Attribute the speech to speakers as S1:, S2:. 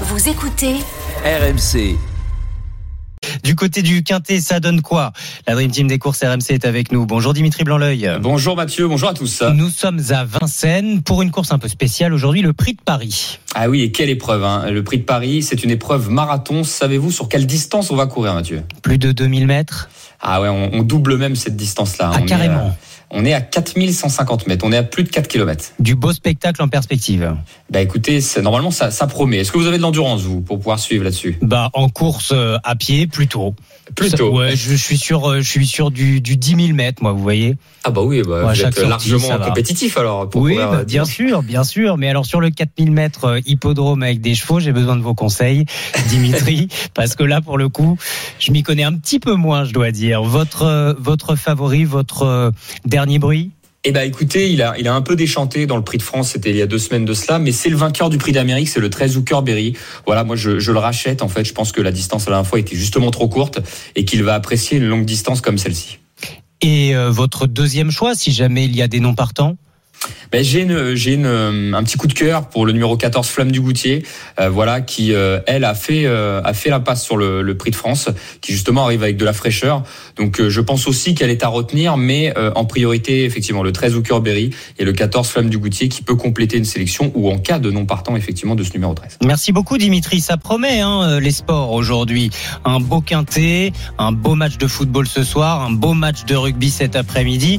S1: Vous écoutez
S2: RMC.
S3: Du côté du Quintet, ça donne quoi La Dream Team des courses RMC est avec nous. Bonjour Dimitri Blanc-L'œil.
S4: Bonjour Mathieu, bonjour à tous.
S3: Nous sommes à Vincennes pour une course un peu spéciale aujourd'hui, le Prix de Paris.
S4: Ah oui, et quelle épreuve hein. Le Prix de Paris, c'est une épreuve marathon. Savez-vous sur quelle distance on va courir Mathieu
S3: Plus de 2000 mètres
S4: Ah ouais, on, on double même cette distance-là.
S3: Ah,
S4: on est,
S3: carrément.
S4: euh, on est à 4150 mètres, on est à plus de 4 km.
S3: Du beau spectacle en perspective.
S4: Bah écoutez, c'est- normalement ça, ça promet. Est-ce que vous avez de l'endurance vous pour pouvoir suivre là-dessus
S3: Bah en course euh, à pied plutôt. Ça-
S4: Plutôt.
S3: ouais, je, je suis sûr, euh, je suis sûr du, du 10 000 mètres, moi, vous voyez.
S4: Ah bah oui, bah,
S3: Ouais,
S4: vous
S3: chaque sortie,
S4: êtes
S3: ça
S4: largement
S3: va.
S4: compétitif alors. Pour
S3: Oui,
S4: courir,
S3: bah,
S4: euh,
S3: bien sûr, bien sûr. Mais alors sur le 4000 mètres euh, hippodrome avec des chevaux, j'ai besoin de vos conseils, Dimitri, parce que là, pour le coup, je m'y connais un petit peu moins, je dois dire. Votre euh, votre favori, votre euh, dernier bruit
S4: Eh ben écoutez, il a, il a un peu déchanté dans le Prix de France, c'était il y a deux semaines de cela, mais c'est le vainqueur du Prix d'Amérique, c'est le 13 Berry. Voilà, moi je, je le rachète en fait, je pense que la distance à la dernière fois était justement trop courte et qu'il va apprécier une longue distance comme celle-ci.
S3: et euh, votre deuxième choix, si jamais il y a des non partants.
S4: Ben, j'ai une, j'ai une, euh, un petit coup de cœur pour le numéro 14 Flamme du Goutier, euh, voilà qui euh, elle a fait euh, a fait la passe sur le, le Prix de France, qui justement arrive avec de la fraîcheur. Donc euh, je pense aussi qu'elle est à retenir, mais euh, en priorité effectivement le 13 Berry et le 14 Flamme du Goutier qui peut compléter une sélection ou en cas de non partant effectivement de ce numéro 13.
S3: Merci beaucoup, Dimitri. Ça promet hein, euh, les sports aujourd'hui. Un beau quintet, un beau match de football ce soir, un beau match de rugby cet après-midi